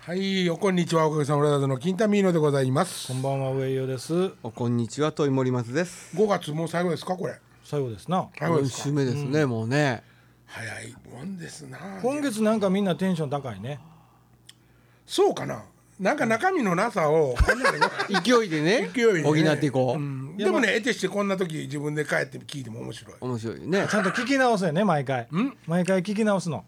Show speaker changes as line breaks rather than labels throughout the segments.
はい、おこんにちは、おかげさまブラザーズの金田ミーノでございます
こ。んばんは上井です。
おこんにちは、といもりますです。
5月もう最後ですか、これ。
最後ですな。
最後で
一
す
週
か。
目ですね、もうね。
早いもんですな。
今月なんかみんなテンション高いね。
そうかな。なんか中身のなさ を。こんなでね
勢いでね、
勢いでね
補っていこう。
うんでもね、得てしてこんな時、自分で帰って聞いても面白い。
面白いね
ち。ゃんと聞き直せね毎回。毎回聞き直すの。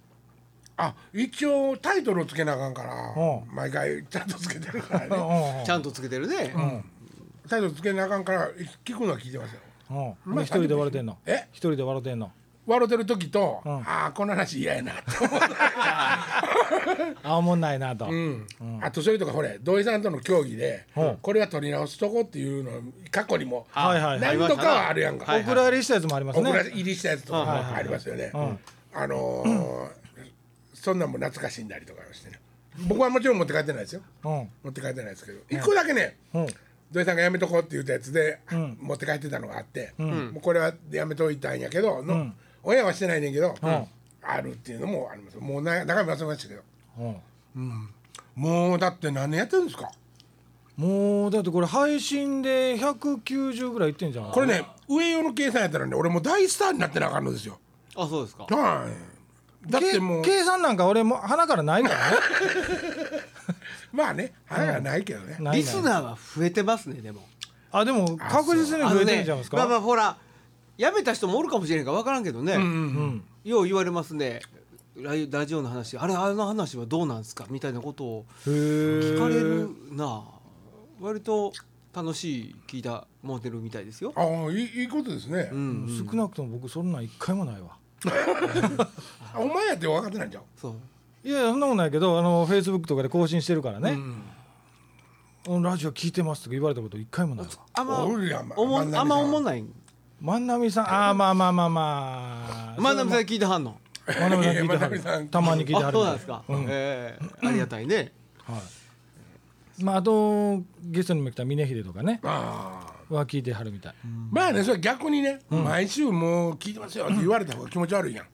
あ、一応タイトルをつけなあかんから
う。
毎回ちゃんとつけてるから
うん
ね。
うん
ちゃんとつけてるね。
タイトルつけなあかんから、聞くのは聞いてますよ。
うん。うん
まあ
一人で笑ってんの。
え
一人で笑ってんの。
笑ってる時と、
ん
ああ、この話嫌や な。
あおもんないなと。
うんあとそれとかほれ土井さんとの協議で、
うん
これは取り直すとこっていうの過去にも
あはいはい
何とかはあるやんか、
はい
お蔵入りしたやつもあります
お蔵
ね。
入りしたやつとか
はいはいは
も
い
ありますよね、
うん
あのーそんなんも懐かしんだりとかしてね僕はもちろん持って帰ってないですよ
うん。
持って帰ってないですけど一個だけね
うん。
土井さんがやめとこうって言ったやつで、持って帰ってたのがあって、もうこれはやめといたんやけどの、親はしてないねんけど、あるっていうのもありますもうな中身忘れましたけど
うん。
もうだって何年やってるんですか
もうだってこれ配信で190ぐらいいってんじゃん。
これね上用の計算やったらね俺もう大スターになってなあかんのですよ
あ、そうですか。
はいだっ
け
てもう
計算なんか俺も鼻からないからね。
まあね腹がないけどね、
ないない
リスナーは増えてますね、でも。
あでも確実に
あ
増
の
えてん
ね
じゃないです、
まあまあ、
か。
ほら。やめた人もおるかもしれんから、わからんけどね。
うん。
よう言われますね。ライラジオの話、あれ、あの話はどうなんですかみたいなことを。
へえ
聞。かれるな。割と。楽しい、聞いた、モデルみたいですよ。
ああいいいいことですね、
うん。
少なくとも僕そんなん一回もないわ
あお前やって分かってないんじゃん
そう。
いやいやそんなことないけどあのフェイスブックとかで更新してるからね
ん
「うん、ラジオ聞いてます」とか言われたこと一回もないわ
あんま。
おるやん
おも
万波
ん
さん
あんま思んない。
万波さんああまあまあまあまあ
まあ、でも、
そ
それ聞いてはんの。
れ万波さん聞いては
万波さん
るたまに聞いては
あ、
る
そうなんですか。ええ、ありがたいね。
はいまああとゲストにも来た峰秀とかね
ああ
は聞いてはるみたい
まあねそれ逆にね、毎週もう聞いてますよって言われた方が気持ち悪いやん、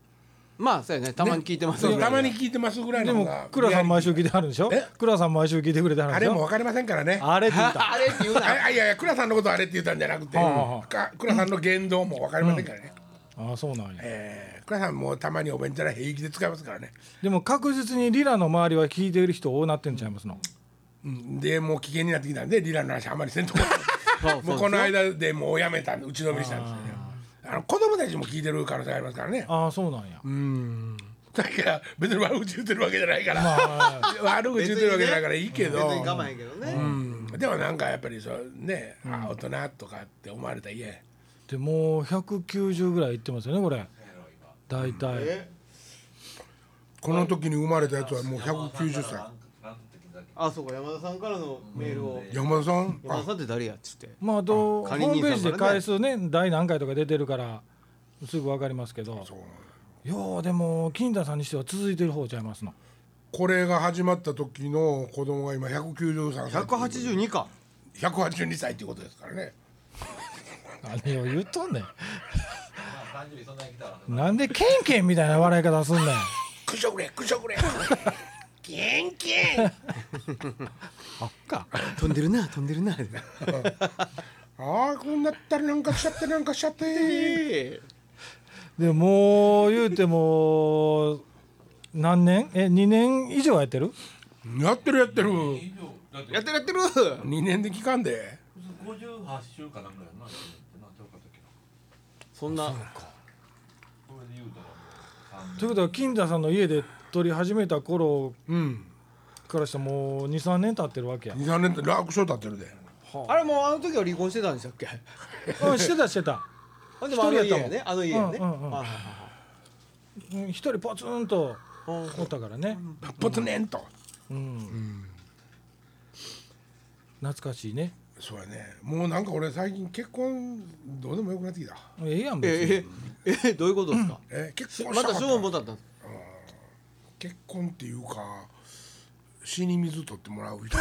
まあ、そうやね、たまに聞いてます
そ
よ
うたまに聞いてますぐらい
で
の方
も
が
倉さん毎
リ
週聞いてはるんでしょ
え
倉さん毎週聞いてくれてはるん
ア
で
リ
し
あれも
ょ
分かりませんからね
あれって言った
あれって言うな。
あいやいや倉さんのことあれって言ったんじゃなくて、
はあはあ
か倉さんの言動も分かりませんからね、
ああそうなんや
えー、倉さんもたまにお弁当ら平気で使いますからね、
でも確実にリラの周りは聞いてる人多なってんちゃいますの
うん、でもう危険になってきたんでリラの話あんまりせんとこ
そう
もうこの間でもうやめたんで打ち止めにしたんですよねあの子供たちも聞いてる可能性ありますからね
ああそうなんや
うんだから別に悪口言ってるわけじゃないから、
あ
悪口言ってるわけだからいいけど、
別に我慢やけど
う
ね。
ん、でもなんかやっぱりそうね、あ大人とかって思われたら嫌や
でもう190ぐらいいってますよねこれ大体
この時に生まれたやつはもう190歳
あ、そうか、山田さんからのメールを。
山田さん
山
あ
田さんって誰やっつって。
まああとホ
管理
ーム
人さん
ペ
からね
ージで回数ね第何回とか出てるからすぐわかりますけど
そう
ようでも金田さんにしては続いてる方ちゃいますの
これが始まった時の子供が今193歳
百八十二か。
182歳っていうことですからね
何を言っとんねんなんでケンケンみたいな笑い方すんねん
くしょくれくしょくれキンキ ン
あ、か。飛んでるな、飛んでる な。
ああこうなったらなんかしちゃってなんかしちゃって
ええ。
でもう言うても何年え2年以上はやってる
やってるやってる
やってるやってる。
2年で期間で
58週かなんかやなってなってなかったっけな
そんな。
これで言うたらもう
ということは金田さんの家で撮り始めた頃
うん
からしたらもう23年経ってるわけや
23年って楽勝経ってるで
あれもう、あの時は離婚してたんでしたっけ。
うんしてたしてた
あ、でも、あの
一人や
家
ったもん
やね。あの家やね。
うんうんうん
はいは
うん一人ポツンと
いはい
おったからね
ポツネンと
うん懐かしいね
そうやねもうなんか俺最近結婚どうでもよくなってきた
ええやん別
え
に
え、ええ、どういうことですか。
え結婚し
ま
たか
た
った
賞もだったんです。
結婚っていうか死に水取ってもらう 人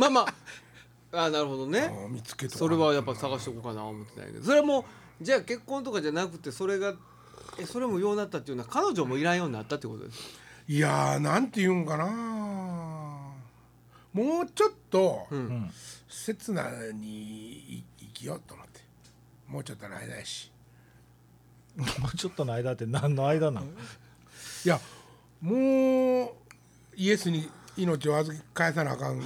まあまあ。あ、なるほどね。
を見つけとか
それはやっぱ探しておこうかな思ってたんやけどそれはもうじゃあ結婚とかじゃなくてそれがえそれもようなったっていうのは彼女もいらんようになったってことです
いやーなんて言うんかなもうちょっと
うん
刹那に生きようと思ってもうちょっとの間やし
もうちょっとの間って何の間なの
いやもうイエスに命を預け返さなあかん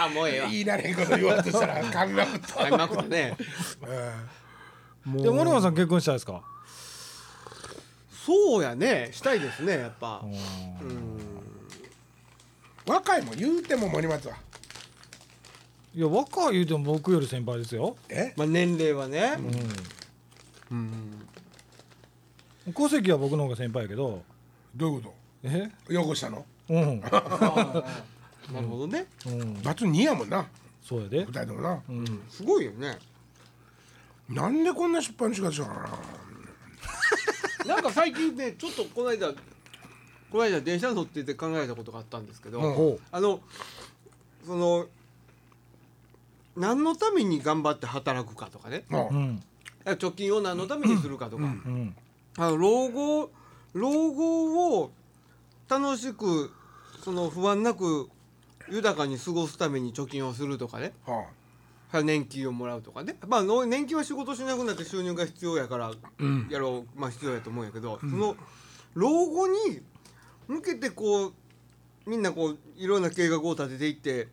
あもうええわ
言いなれんこと言おうとしたらあかんなこ
買いまくったね
と、うん
で森本さん結婚したいですか
そうやねしたいですねやっぱ
若いもん言うても森松はい
や若い言うても僕より先輩ですよ
え
まあ年齢はねうん
戸籍は僕の方が先輩やけど
どういうこ
え
と汚したの
うん
なるほどね
うん
罰2やもんな
そうやで
二人ともな、
すごいよね
なんでこんな失敗の仕方したかな
なんか最近ねちょっとこの間この間電車乗ってて考えたことがあったんですけど、
うん
あのその何のために頑張って働くかとかね
もう、
うん
貯金を何のためにするかとか、
うん
あの老後老後を楽しくその不安なく豊かに過ごすために貯金をするとかね
はあ
年金をもらうとかね、まあ、の年金は仕事しなくなって収入が必要やからやろう、まあ必要やと思うんやけど、その老後に向けてこうみんなこういろんな計画を立てていって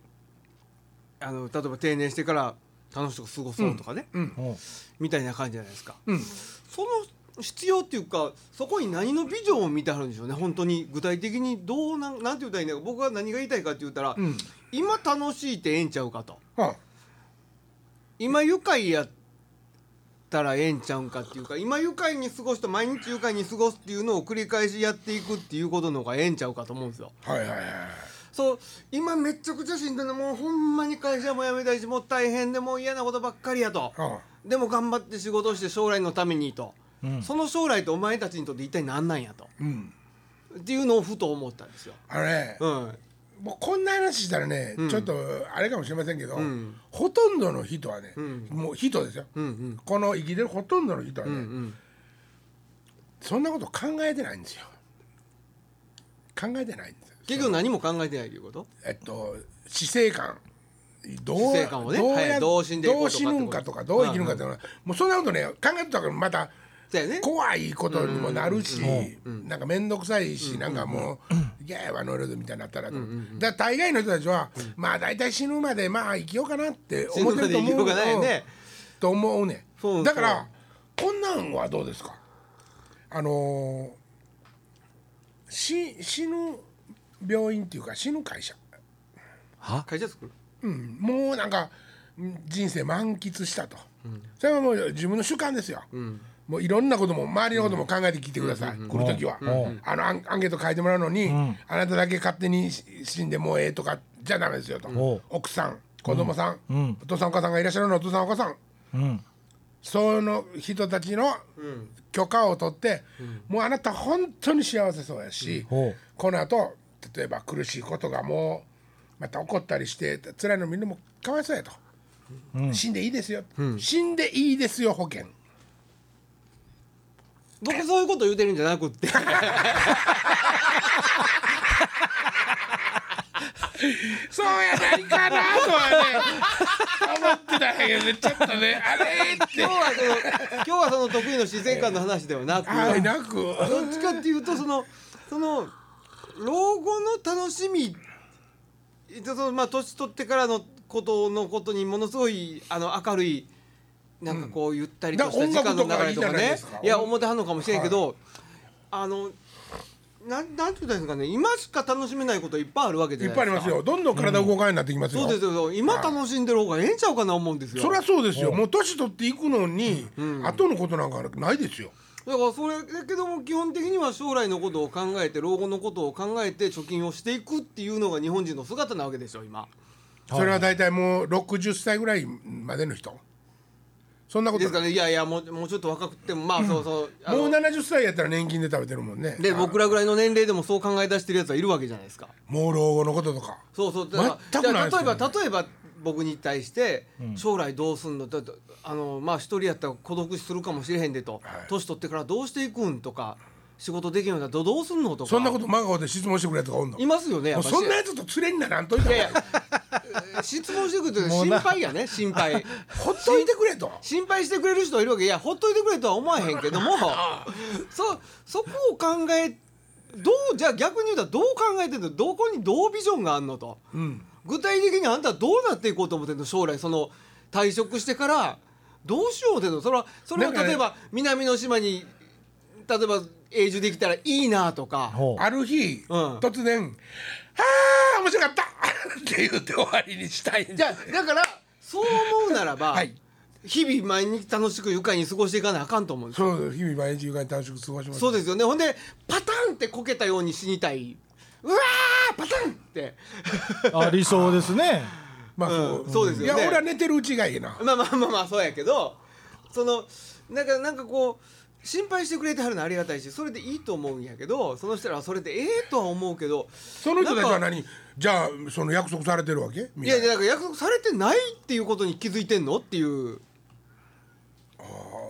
あの例えば定年してから楽しく過ごそうとかね、
うん
みたいな感じじゃないですか。
うん
その必要っていうかそこに何のビジョンを見てはるんでしょうね本当に具体的にどうなんなんて言ったらいいんだろう僕が何が言いたいかって言ったら、
うん
今楽しいってええんちゃうかと。
は
今愉快やったらええんちゃうんかっていうか今愉快に過ごすと毎日愉快に過ごすっていうのを繰り返しやっていくっていうことの方がええんちゃうかと思うんですよ。
あはいはいはい
そう今めちゃくちゃしんどいのもうほんまに会社も辞めたいしもう大変でもう嫌なことばっかりやと
は
でも頑張って仕事をして将来のためにと、
うん
その将来ってお前たちにとって一体何なんやと
あうん
っていうのをふと思ったんですよ。
あれ、ね
うん、
もうこんな話したらね、
うん
ちょっとあれかもしれませんけど、
ん
ほとんどの人はね、
うん
もう人ですよ、
うんうん
この生きてるほとんどの人は
う
ね、
んうん
そんなこと考えてないんですよ考えてないんですよ
結局何も考えてないということ
えっと死生観どう
死生観をね
どうや
はいどう死んでいこ
ど
うと
う
か
死ぬんかとかどう生きるんかとか、もうそんなことね考えてたからまた
だよね。
怖いことにもなるし、なんか面倒くさいし、なんかもう「いやいやわノルド」みたいになったらと思う、だから大概の人たちは、まあ大体死ぬまでまあ生きようかなって
死ぬ
思って
ま
る
で
と思
生き
う
ようがないよね。
と思うね
そうそう
だからこんなんはどうですかあのーし死ぬ病院っていうか死ぬ会社、
会社作る
うん、もうなんかうん人生満喫したと、それはもう自分の主観ですよ、もういろんなことも周りのことも考えて聞いてください、来る時は、あのアンアンケート書いてもらうのに、あなただけ勝手に死んでもうええとかじゃダメですよと、
ん
奥さん子供さん、
うん
お父さんお母さんがいらっしゃるのお父さんお母さん
うん
その人たちの許可を取って、もうあなた本当に幸せそうやし、
ほう
この後例えば苦しいことがもうまた起こったりして辛いのみんなもかわいそうやと、死んでいいですよ、死んでいいですよ保険
僕そういうこと言うてるんじゃなくって
そうやないかなとはね思ってたんやけどねちょっとねあれって
今日はその今日はその得意の自然観の話ではなく
あいなく
どっちかっていうとそのその老後の楽しみえっとそのまあ年取ってからのことのことにものすごいあの明るいなんかこうゆったりとした
うんだ
時
か
間
ら
の
音楽とか
流
い
れ
い
と
じゃ
か
ないで
ね
すか
いや思ってはんのかもしれんけど、あのなんなんて言ったらいいんですかね今しか楽しめないこといっぱいあるわけじ
い
ゃ
っぱ
ない
い
で
あり
すか
ますよどんどん体動かんようになってきますよ、
そうですよ今楽しんでる方がええんちゃうかな思うんですよ
そりゃそうですよもう年取っていくのに、後のことなんかないですよ
だからそれだけども基本的には将来のことを考えて老後のことを考えて貯金をしていくっていうのが日本人の姿なわけでしょ今
それは大体もう60歳ぐらいまでの人そんなこと
ですからねいやいやもうもうちょっと若くてもまあそうそうあの
もう70歳やったら年金で食べてるもんね
で僕らぐらいの年齢でもそう考え出してるやつはいるわけじゃないですか
もう老後のこととか
そうそうだから
全くないです
じゃ
よ
あ
ね
例えば例えば僕に対して将来どうすんのだってあのまあ一人やったら孤独死するかもしれへんでと、年取ってからどうしていくんとか仕事できるようになったらどうすんのとか
そんなこと真顔で質問してくれるやつがおんの
いますよねや
も
っ
う
ぱ
そんなやつと連れにならんとい
いやい
て
やえー質問してくれて心配やね心配
ほっといてくれと
心配してくれる人いるわけいやほっといてくれとは思わへんけども そそこを考えどうじゃあ逆に言うたらどう考えてんのどこにどうビジョンがあんのと、具体的にあんたはどうなっていこうと思ってんの将来その退職してからどうしようってんのそれはそれ
な
を
んかね
例えば南の島に例えば永住できたらいいなとか
ほ
ある日、
うん
突然「あー面白かった! 」って言って終わりにしたいん
じ
だ
ゃあだからそう思うならば、
はい
日々毎日楽しく愉快に過ごしていかなあかんと思うんですよ
そうです日々毎日愉快に楽しく過ごします
そうですよねほんでパタンってこけたように死にたいうわーパタンって
うあ理想ですね
まあ、
うんそうですよね
いや俺は寝てるうちがいいな
まあまあまあまあそうやけどそのなんかなんかこう心配してくれてはるのありがたいしそれでいいと思うんやけどその人らはそれでええとは思うけど
その人たちは
なんか
何じゃあその約束されてるわけみ
い
んな
やいやなんか約束されてないっていうことに気づいてんのっていう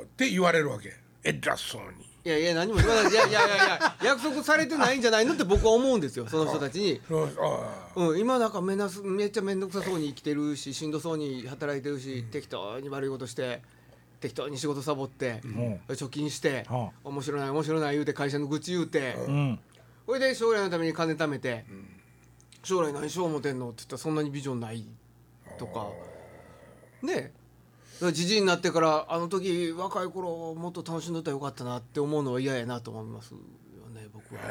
って言われるわけ偉そうに
いやいや何も言わないいやいやいやいや約束されてないんじゃないのって僕は思うんですよその人たちに。
そうあ
うん、今なんかめなすめっちゃ面倒くさそうに生きてるししんどそうに働いてるし、適当に悪いことして適当に仕事サボって、
ん
貯金して、
は
面白ない面白ない言うて会社の愚痴言うて、
うん
それで将来のために金貯めて、将来何しよう思てんのって言ったらそんなにビジョンないとかねえじじいになってからあの時若い頃もっと楽しんどったらよかったなって思うのは嫌やなと思いますよね僕は。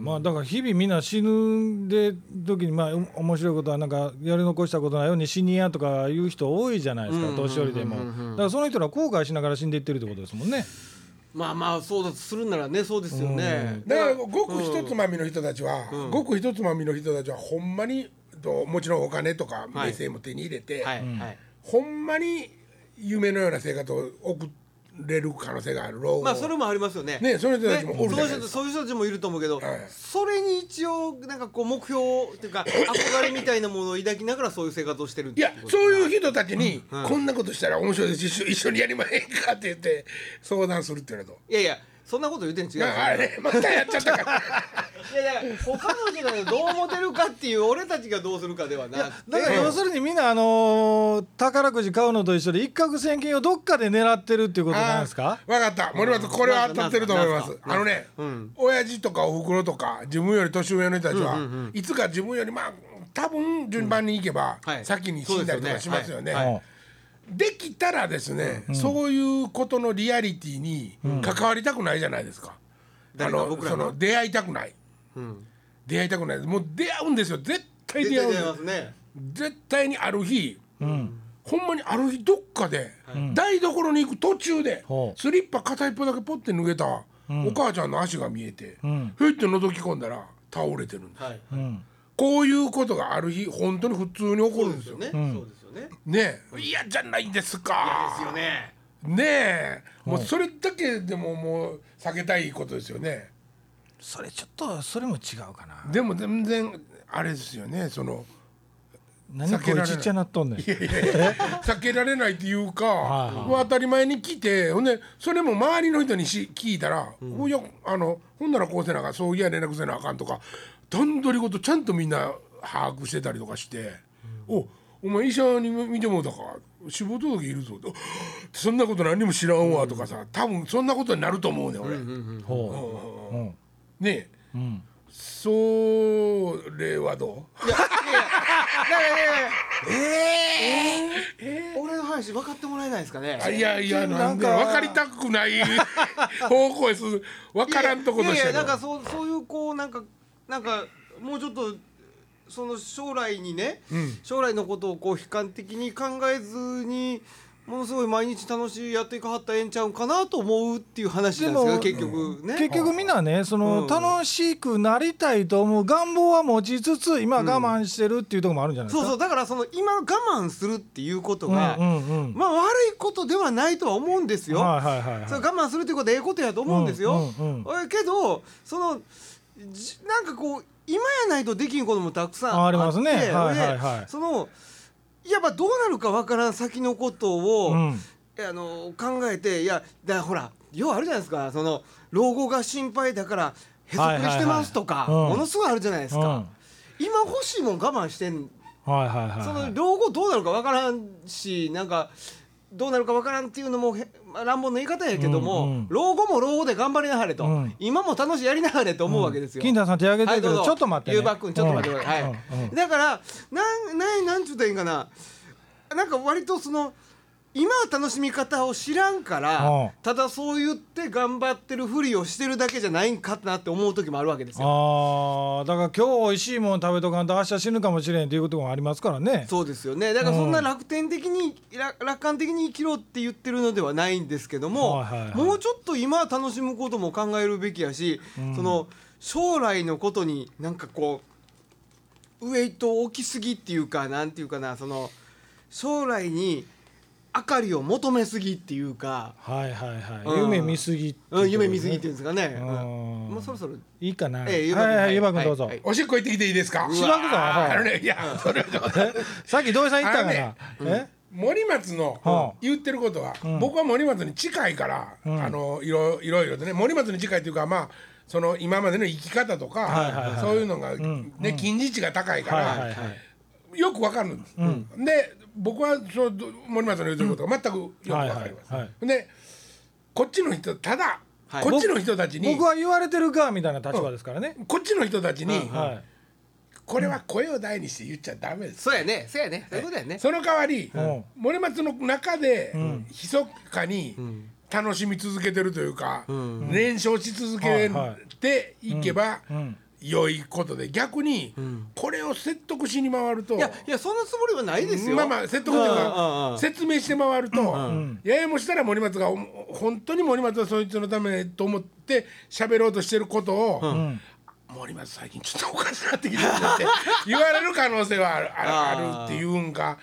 まあだから日々みんな死ぬで時にまあお面白いことはなんかやり残したことないように死にやとかいう人多いじゃないですか年寄りでもだからその人ら後悔しながら死んでいってるってことですもんね
まあまあそうだとするならねそうですよね。
だからごく一つまみの人たちは、ごく一つまみの人たちはほんまにともちろんお金とか名声も手に入れて、
はいはい。
ほんまに夢のような生活を送れる可能性がある老後、
まあそれもありますよね。
ねその人たちもおるじ
そ
ゃ
の
ない
人
ですか
そういう人たちもいると思うけど、
はい
それに一応なんかこう目標っていうか憧れみたいなものを抱きながらそういう生活をしてるって
いや
こと
そういう人たちに、こんなことしたら面白いです一緒一緒にやりまへんかって言って相談するっていうのと。
いやいやそんなこと言ってん違うよ
あれまたやっちゃったから
いやいや他の人がどう思ってるかっていう俺たちがどうするかではなくて
だから要するにみんなあのー宝くじ買うのと一緒で一攫千金をどっかで狙ってるっていうことなんですか
分かった森松これは当たってると思います
なんすか
あのね、親父とかおふくろとか自分より年上の人たちは、いつか自分よりまあ多分順番に行けば、
はい
先に死んだりとかしますよね
そうですよねはい
うん
できたらですね、そういうことのリアリティに関わりたくないじゃないですか、あ
誰か
の
僕ら
そ
が
の出会いたくない、出会いたくないもう出会うんですよ絶対
出
出
て
会うんです
ますね
絶対にある日、ほんまにある日どっかで、台所に行く途中で、
ほう
スリッパ片一方だけポッて脱げた、お母ちゃんの足が見えて、
ん
ふいって覗き込んだら倒れてるんです、
はい
うん
こういうことがある日本当に普通に起こ
そ
る
うんで
ですす
よ
よ
ね
ね
そうですよね
ねえ嫌じゃないですか
ですよね
ねえもうそれだけでももう避けたいことですよね
それちょっとそれも違うかな
でも全然あれですよねその
何これちっちゃなっとんねん
避けられないっていうか、
はいはい
もう当たり前に来てほんでそれも周りの人にし聞いたら「おいやあのほんならこうせなあかんそういや連絡せなあかん」とか段取りごとちゃんとみんな把握してたりとかして「おお前医者に見てもうたか死亡届いるぞ」と 「そんなこと何にも知らんわ」とかさ多分そんなことになると思うねん俺。
ほううん
ねえ
うん
それはどう
俺の話分かってもらえないですかね
あいやいや
なんか
なんで分かりたくない方向へす分からんとことし
い
て
や
る
いやなんかそうそういうこうなんかなんかもうちょっとその将来にね、将来のことをこう悲観的に考えずにものすごい毎日楽しいやっていかはったらええんちゃうんかなと思うっていう話なんですけど結局ね。
結局みんなねその
うん
楽しくなりたいと思う願望は持ちつつ今我慢してるっていうところもあるんじゃないです
そう
か、
そうだからその今我慢するっていうことが、
うんうんうん
まあ悪いことではないとは思うんですよ。
はいはいはいはい
それ我慢するってことはええことやと思うんですよ。
うんうんうん
おいけどそのじなんかこう今やないとできんこともたくさんあって
ありますねはいはいはい
でそのやっぱどうなるかわからん先のことを、
うん
あの考えていやだからほらようあるじゃないですかその老後が心配だからへそくりしてますと
は
か、
いはいはいうん
ものすごいあるじゃないですか、今欲しいもん我慢してん
はいはいはい
そ
は
の
い
老後どうなるかわからんしなんかどうなるかわからんっていうのもへまあ乱暴の言い方やけども、
うんうん
老後も老後で頑張りなはれと、
うん
今も楽しいやりなはれと思うわけですよ。
金田さん手挙げてるけ
はいど
ど
う
ち
ぞ
ょっと待ってね
ゆうばっくんちょっと待ってください、
うん
は
うん
いだからなんなんなんちゅうたらいいんかななんか割とその今は楽しみ方を知らんから、
うん
ただそう言って頑張ってるふりをしてるだけじゃないんかなって思う時もあるわけですよ
ああだから今日美味しいもの食べとかんと明日死ぬかもしれんっていうこともありますからね
そうですよねだからそんな楽天的に、ら楽観的に生きろって言ってるのではないんですけども、
はいはいはい
もうちょっと今は楽しむことも考えるべきやし、その将来のことになんかこうウエイトを置きすぎっていうかなんていうかなその将来に明かりを求めすぎっていうか、
はいはいはい、
うん
夢見すぎっていうこと
う
ね
ん、夢見すぎっていうんですかね。
う
うん
ん
まあそろそろ
いいかな、
ええゆうば
は
くん
いは
はいい
ゆうばくんどうぞ、
はいはい
おしっこ行ってきていいですか
しばくぞはい
あのねいやそれはちょっと
さっき土井さん言ったか
あ
ら、え
森松
は
の
あ
言ってることは、僕は森松に近いから、あのいろいろいろとね森松に近いというかまあその今までの生き方とか、
はいはいはい
そういうのが、ね近似値が高いから、
はいはいはい
よくわかるんです、で僕はそのど森松の言うてることが全くよくわかります、
はいはい
でこっちの人ただ、
はい
こっちの人たちに
僕は言われてるかみたいな立場ですからね、
こっちの人たちに、
はい
これは声を大にして言っちゃダメです、
そうやねそうやねそういうことやね。
その代わり、
うん
森松の中で、密かに楽しみ続けてるというか、連勝し続けていけば、
うん
良いことで逆に、これを説得しに回ると
いやいやそんなつもりはないですよ。
まあまあ説得という
うんうんう
か
ん
説明して回ると、ややもしたら森松がお本当に森松はそいつのためと思って喋ろうとしてることを、森松最近ちょっとおかしくなってきたん だって言われる可能性はあるある
あー
あるっていうんか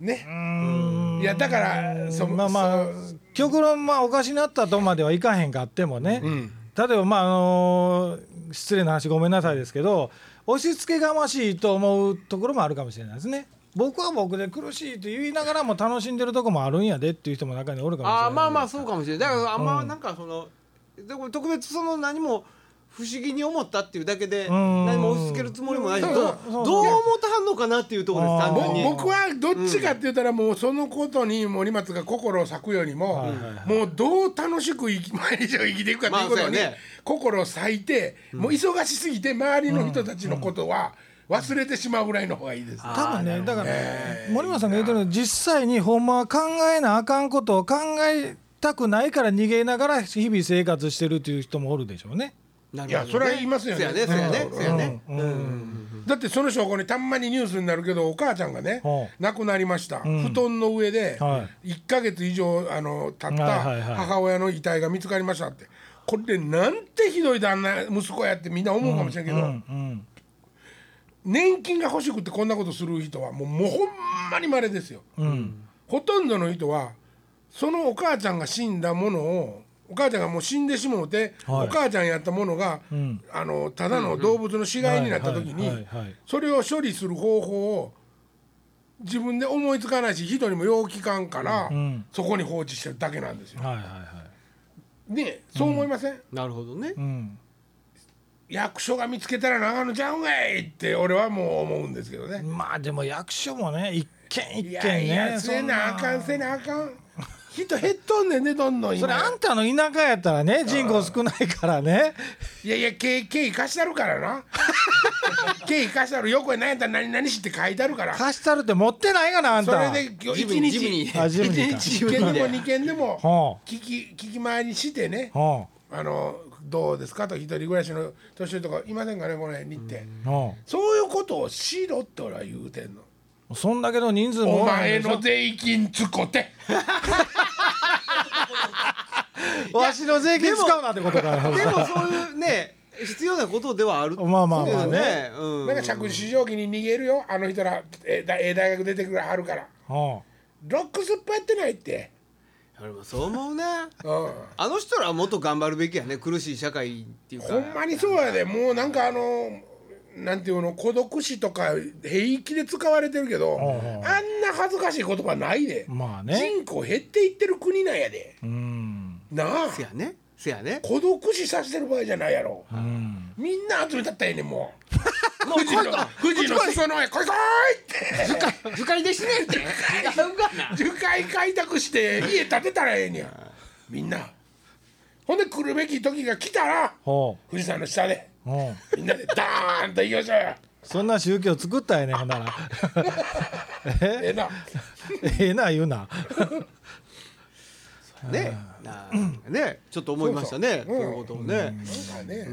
ねいやだからそ
まあまあ
そ
極論まあおかしなったとまではいかへんかってもね、例えばまああのー失礼な話ごめんなさいですけど押し付けがましいと思うところもあるかもしれないですね僕は僕で苦しいと言いながらも楽しんでるとこもあるんやでっていう人も中におるかもしれない
あーまあまあそうかもしれないだからあんまなんかその、でも特別その何も不思議に思ったっていうだけで
ん
何も押し付けるつもりもないし
う
ど
ん
う
そう
そう
どう思ってはんのかなっていうところです
あー
単純
ぼ
に
僕はどっちかって言ったらもうそのことに森松が心を割くよりも、もうどう楽しく生き毎日を生きていくかということ
まあそう
に
やね
心を割いて、もう忙しすぎて周りの人たちのことは忘れてしまうぐらいの方がいいです、ね
多分ねだから森本さんが言うてるのは実際にほんまは考えなあかんことを考えたくないから逃げながら日々生活してるっていう人もおるでしょうね。
ない
やそれは言いますよね
そうやねそうやね
うん
そう
う
やね
ん
だってその証拠にたんまにニュースになるけどお母ちゃんがね、
はあ
亡くなりました、
ん
布団の上で
は
1ヶ月以上あの経っ
はいはい
た
はい
母親の遺体が見つかりましたってこれなんてひどい旦那息子やってみんな思うかもしれんけど、
うんうん
年金が欲しくてこんなことする人はもうもうほんまに稀ですよ、
うん
ほとんどの人はそのお母ちゃんが死んだものをお母ちゃんがもう死んでしもうて、
はい
お母ちゃんやったものが、
ん
あのただの動物の死骸になった時に、
はいはいはい
それを処理する方法を自分で思いつかないし人にもよう聞かんから、
ん
そこに放置してるだけなんですよ。
はいはいはい
ねえそう思いません、
なるほどね
うん
役所が見つけたら長野ちゃうんがいって俺はもう思うんですけどね。
まあでも役所もね一件
い
一
や
件
い
ね
やせなあかん
そ
せなあかん人減っとんねんねどんどん
それ
今
あんたの田舎やったらね人口少ないからね
いやいや経経費貸してあるから な経費貸してある横に何やったら何々しって書いてあるから
貸したるって持ってないがなあん
そ
た
れで今日
ジ
一
ムにジム
日
に
一
あジム にか
日1件でも2件でも
は
聞き聞き回りしてね
は
あのどうですかと一人暮らしの年寄りとかいませんかねこの辺にって
あは
そういうことをしろって俺は言うてんの
あそんだけの人数も
お
おらん
前
でしょ
の税金つこて
わしの税金使うなってことか
でもそういうね必要なことではある
まあまあまあね
うん
なんか着手定規に逃げるよあの人らえだえ大学出てくるはるから
は
ロックスっぱやってないって
俺もそう思うね
うん
あの人らはもっと頑張るべきやね苦しい社会っていうか
ほんまにそうやでもうなんかあのなんていうの孤独死とか平気で使われてるけどあ
うん
んな恥ずかしい言葉ないで
あ、まあね
人口減っていってる国なんやで
うん
なあ
そうやねせやね
孤独死させてる場合じゃないやろ
うん
みんな集めたったらええねんもう
もう
富士の
来いと
富士の裾野へ来い来いって
図解でしねえって違うがな
樹海開拓して家建てたらええねやみんなほんで来るべき時が来たら
ほ
富士山の下で
うほう
みんなでダーンと行きましょう よ
そんな宗教作ったん やねんほんなら
ええな
ええな言うな
ねなあねちょっと思いましたねそういうことをね
なんかね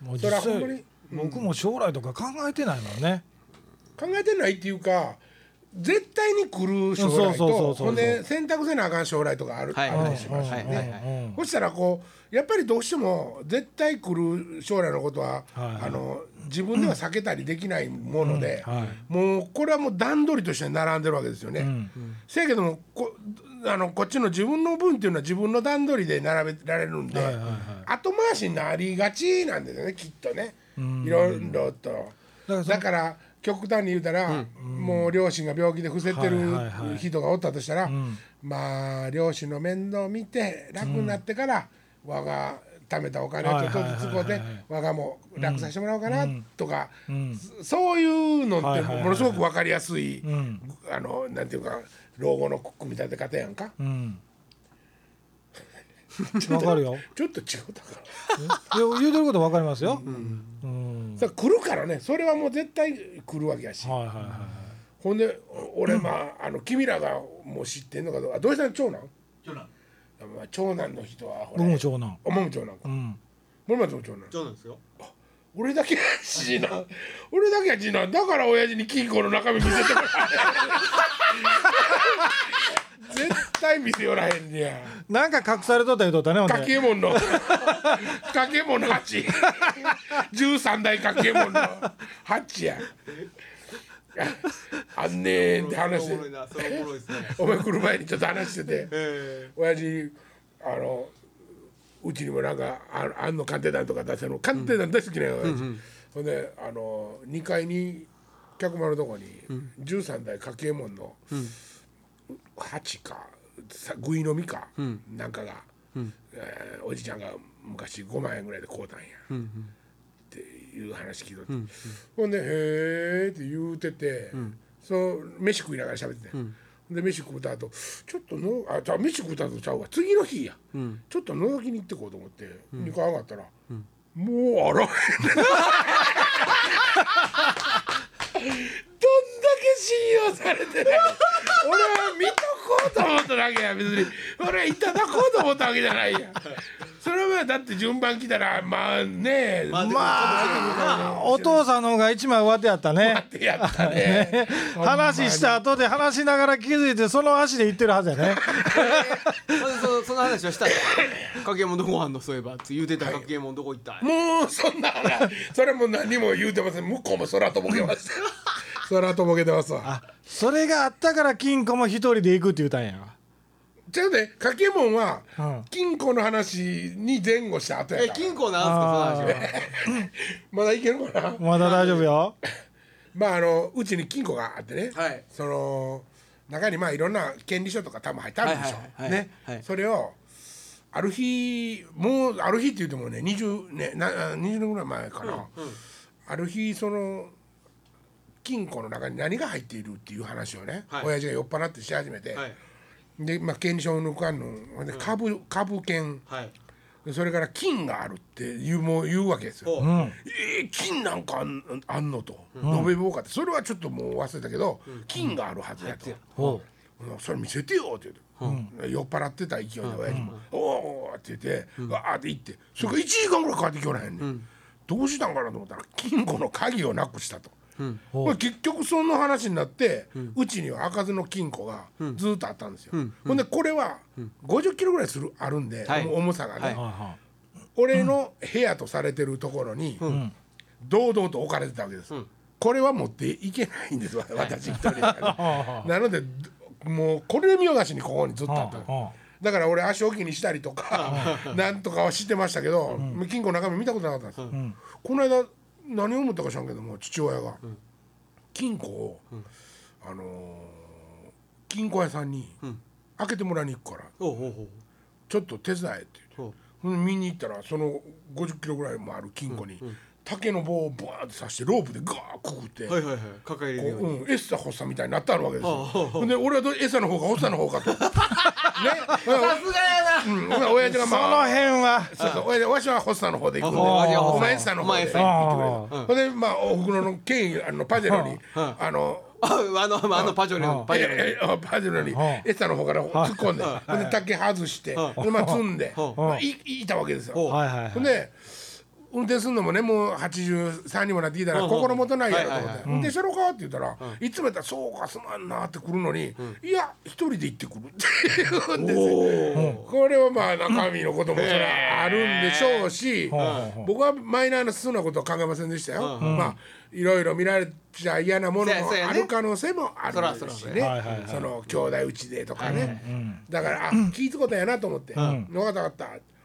もう
そ
実
れは
際
ほんまに
僕も将来とか考えてないもんね
考えてないっていうか絶対に来る将
そう
来
そうそうそう
とほんで選択せなあかん将来とかある、
はい
あったりし
うんう
ま
ん
す
はい
うん
はいはい
うん
そしたらこうやっぱりどうしても絶対来る将来のことは、
はい
あの自分では避けたりできないもので、
うんはい
もうこれはもう段取りとして並んでるわけですよね。
ん
せやけどもこあのこっちの自分の分っていうのは自分の段取りで並べられるんで、
はいはいはい
後回しになりがちなんですよねきっとね、いろいろと。
だからその
だから極端に言うたら、もう両親が病気で伏せてる
はいはいはい
人がおったとしたら、
ん
まあ両親の面倒見て楽になってから、我が貯めたお金をちょっとずつこう
はいはいはい
で
はい
我がも楽させてもらおうかなとか、
ん
そそういうのっ
はい
て
はいはい
ものすごく分かりやすい、
ん
あのなんていうか老後の組み立て方やんか
うんわかるよ
ちょっと違うだから
いや言うてることわかりますようん
さ来るからねそれはもう絶対来るわけやし。
はいはいはい
ほんでお俺まああの君らがもう知ってんのかどうか土井さん長男
長男
まあ、長男の人はほら
僕も長男
お前も長男か
うん
森松も長男
そうなんですよ
俺だけは次男俺だけは次男だから親父に金庫の中身見せてもらえへん 絶対見せよらへんねや
なんか隠されとった言うとったねほん
掛け
で
もんの掛けもんの八十三代掛けもんの八やあんねんって話し
それ
て
おもろいなそれおもろいです ね
お前来る前にちょっと話してて
え
親父あのうちにもなんかああんの鑑定団とか出せるの鑑定団大好きなよ、親父ほんであの2階に客間のとこに、13代家計門の、八8かさぐいのみか、なんかが、えーおじちゃんが昔5万円ぐらいで買うたんや、っていう話聞いとって、ほんで「へえ」って言うてて、そう飯食いながら喋ってて、ほんで飯食うた後ちょっとのあじゃあ飯食うた後ちゃうわ次の日や、ちょっと覗きに行ってこうと思って、2回上がったら、もうあらへん どんだけ信用されてない俺は見とこうと思っただけや別に俺はいただこうと思ったわけじゃないやそれはまあだって順番来たらまあね
まあでも
あお父さんの方が一枚上手やったね
って やったね
話した後で話しながら気づいてその足で言ってるはずやね
そそその話はしたんですよかけもんどこあんのそういえばって言うてたかけもんどこ行った
もうそんな話それも何も言うてません向こうも空とぼけます空とぼけてますわ
あそれがあったから金庫も一人で行くって言うたんや
ちょっとね掛けもんは
うん
金庫の話に前後した後や
え
から
金庫なんすかその話は
まだいけるかな
まだ大丈夫よ
まああのうちに金庫があってね、
はい
その中にまあいろんな権利書とか多分入ってあるんでしょ、
はいはいはい
ね、
はい
それをある日もうある日って言ってもね20年な20年ぐらい前かな、ある日その金庫の中に何が入っているっていう話をね、
はい
親父が酔っ払ってし始めて、
はい
で、まあ、権利書を抜かんので株株券
はい
それから金があるっていうもう言うわけですよ。
ほう
うん
えー金なんかあんあんのと延べ棒かってそれはちょっともう忘れたけど金があるはずやと、
ほ
うんそれ見せてよって言って、酔っ払ってた勢いで親父も「おお」って言ってわーって行ってそれから1時間ぐらい帰ってきよらへんね、んどうしたんかなと思ったら金庫の鍵をなくしたと。
ほう
まあ結局その話になって、うちには開かずの金庫がずっとあったんですよ、ほんでこれは50キロぐらいするあるんで、
はい
重さがね、
はい
はいは
俺の部屋とされてるところに堂々と置かれてたわけです、これは持っていけないんですわ私一人 で、
は
なのでもうこれ見よがしにここにずっとあった
はあはあ
だから俺足置きにしたりとか なんとかはしてましたけど、金庫の中身見たことなかったんですよ、この間何を思ったか知らんけども父親が金庫を、あのー金庫屋さんに開けてもらいに行くから
ほうほうほう
ちょっと手伝えって言って
ほう
ほんで見に行ったらその50キロぐらいもある金庫に竹の棒をブワーって刺してロープでガーッくくって。
はいはいはい抱え
こ
るよう
う
に
うん、エッサ発作みたいになってあるわけですよ。
ああああ
ほんで俺はどエッサの方かホッサの方かと。ね、ほら
すがやな
うん、ほら親父が
その
まあ、
辺は
そうそう、親父わしはホッサの方で行くんで、
ああ
お前エッサの方で行ってくれ
お
と。
前
ほんでまあお袋の権威あのパジェロに
あ
あの
ああのあのパジョレのパジョレ
ええパジェロに
はあ
エッサの方から突っ込んで、ほんで竹外して、
はあ
ほんでまあ積んで、
は
あ
まあいいたわけですよ。
ほう
はいはいはい
ほんで運転するのもねもう83にもなってきたら
うんうん
心もとないやろと思
はい
っ
はい
て「運転しろか?」って言ったら「いつもやったらそうかすまんな」って来るのに「いや一人で行ってくる」って言うんですよ。これはまあ中身のこともそれはあるんでしょうし
うん
僕はマイナーな素なことは考えませんでしたよ。
う
まあいろいろ見られちゃ嫌なもの
そうや
も
そうやね
ある可能性もある
そら
し
そら
ね
はいはいはい
その兄弟うちでとかね。だからあ聞いたことやなと思って「分かった分かっ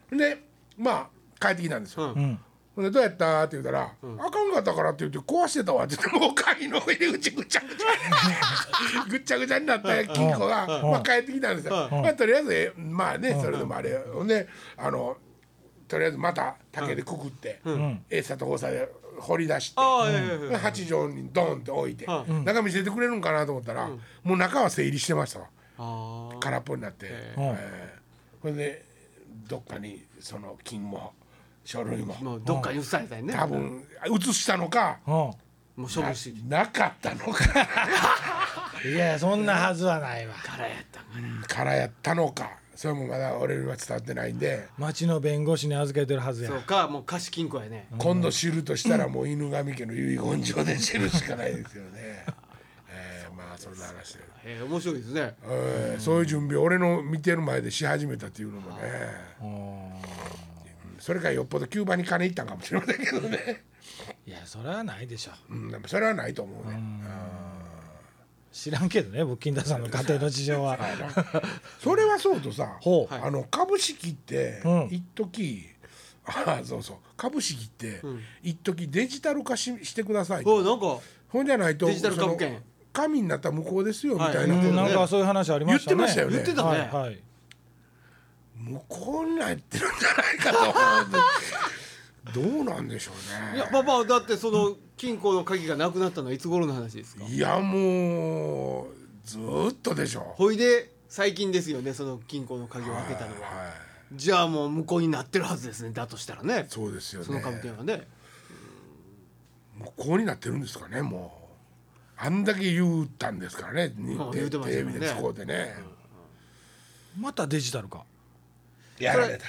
た」でまあ帰ってきたんですよ。
うん
うん
ほんで「どうやった?」って言ったら「あかんかったから」って言って「壊してたわ」って言ってもう鍵の入り口ぐ ちゃぐちゃぐっちゃぐちゃになった金庫が、まあ、帰ってきたんですよ。まあ、とりあえずえまあねそれでもあれほんであのとりあえずまた竹でくくって、エースと放射で掘り出して。
ああいやいやいや
八畳にドンって置いて、
う
中見せてくれるんかなと思ったら、もう中は整理してましたわ
あー
空っぽになって、
へ
ー
えーほんでどっかにその金も書類も
もうどっかに移されたよね
多分移したのか
う
もう処分し
なかったのか
んいやそんなはずはないわ
からやったんか
からやったのかそれもまだ俺には伝わってないんで、
町の弁護士に預けてるはずや
そうかもう貸し金庫やね
今度知るとしたらもう犬神家の遺言状で知るしかないですよね。 えーまあそんな話で、
えー面白いですね
えーそういう準備を俺の見てる前でし始めたっていうのもねそれからよっぽどキューバに金いったんかもしれませんけど ね、
いやそれはないでしょ
うん、でもそれはないと思うね。
知らんけどねブッキンダさんの家庭の事 情は
それはそうとさ、
ほう
あの株式って
うん
一時、ああそうそう株式って一時デジタル化ししてくださいと
おなんか
ほんじゃないと
デジタル株券
その紙になったら無効ですよみたいな
う
こと
んなん
ね
かそういう話あり
言
ま
っ
した
て
ね
ましたよね
言ってた
は
ね
いはい
無効になってるんじゃないかと 思うんでどうなんでしょう
い
ね
やまあまあだってその金庫の鍵がなくなったのはいつ頃の話ですか
いやもうずーっとでしょ
ほいで最近ですよねその金庫の鍵を開けたのは
はい
じゃあもう無効になってるはずですねだとしたらね
そうですよね
その株券はね
もうこうになってるんですかねもうあんだけ言ったんですからね、に
うん
テ
言うてました
レ
よね
ビでそこでね、
またデジタ ルか
やられた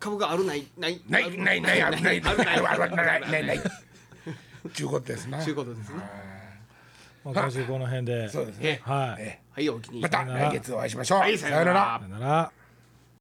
株があるない ない
ないないない
あ
あ
る
るない
あ
ない
るない
あるないないないちゅうことですな
ということですね
まあ今週この辺で
そうですね
はい
え
はいお気に入り
また来月お会いしましょう、
はいさようなら
さよなら